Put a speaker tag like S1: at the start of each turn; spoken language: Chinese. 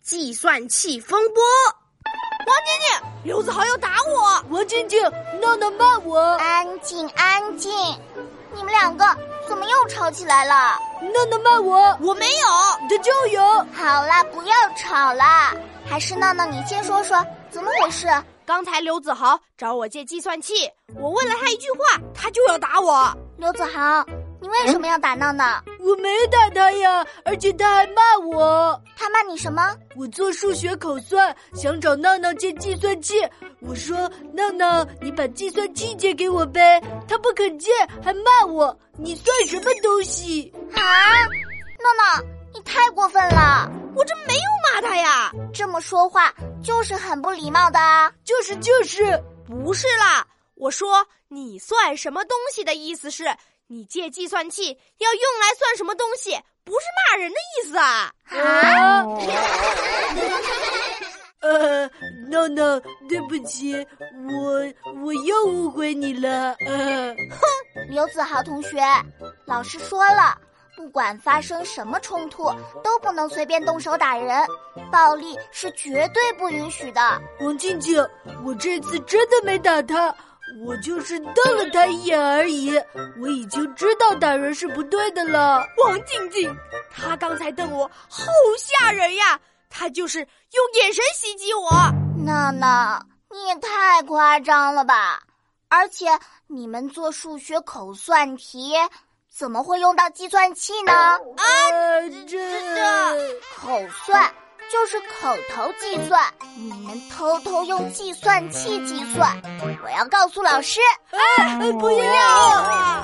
S1: 计算器风波。
S2: 王晶晶，刘子豪要打我！王晶晶，闹闹骂我！
S1: 哎
S3: 安静，安静！你们两个怎么又吵起来了？
S2: 闹闹骂我，
S1: 我没有，
S2: 这就有。
S3: 好啦，不要吵啦，还是闹闹你先说说怎么回事。
S1: 刚才刘子豪找我借计算器，我问了他一句话，他就要打我。
S3: 刘子豪，你为什么要打闹闹？
S1: 嗯
S2: 我没有打他呀，而且他还骂我。
S3: 他骂你什么？
S2: 我做数学口算，想找闹闹借计算器。我说：“闹闹，你把计算器借给我呗。”他不肯借，还骂我：“你算什么东西
S3: 啊，闹闹，你太过分了！
S1: 我这没有骂他呀，
S3: 这么说话就是很不礼貌的啊！”
S2: 就是就是，
S1: 不是啦。我说你算什么东西的意思是，你借计算器要用来算什么东西，不是骂人的意思啊。
S2: 啊！呃，闹闹，对不起，我我又误会你了。呃，
S3: 刘子豪同学，老师说了，不管发生什么冲突，都不能随便动手打人，暴力是绝对不允许的。
S2: 王静静，我这次真的没打他，我就是瞪了他一眼而已。我已经知道打人是不对的了。
S1: 王静静，她刚才瞪我，好吓人呀！她就是用眼神袭击我。
S3: 闹闹，你也太夸张了吧！而且你们做数学口算题，怎么会用到计算器呢？
S2: 啊，这
S1: 的
S3: 口算就是口头计算，你们偷偷用计
S2: 哎
S3: 算器计算，我要告诉老师。
S2: 啊不要！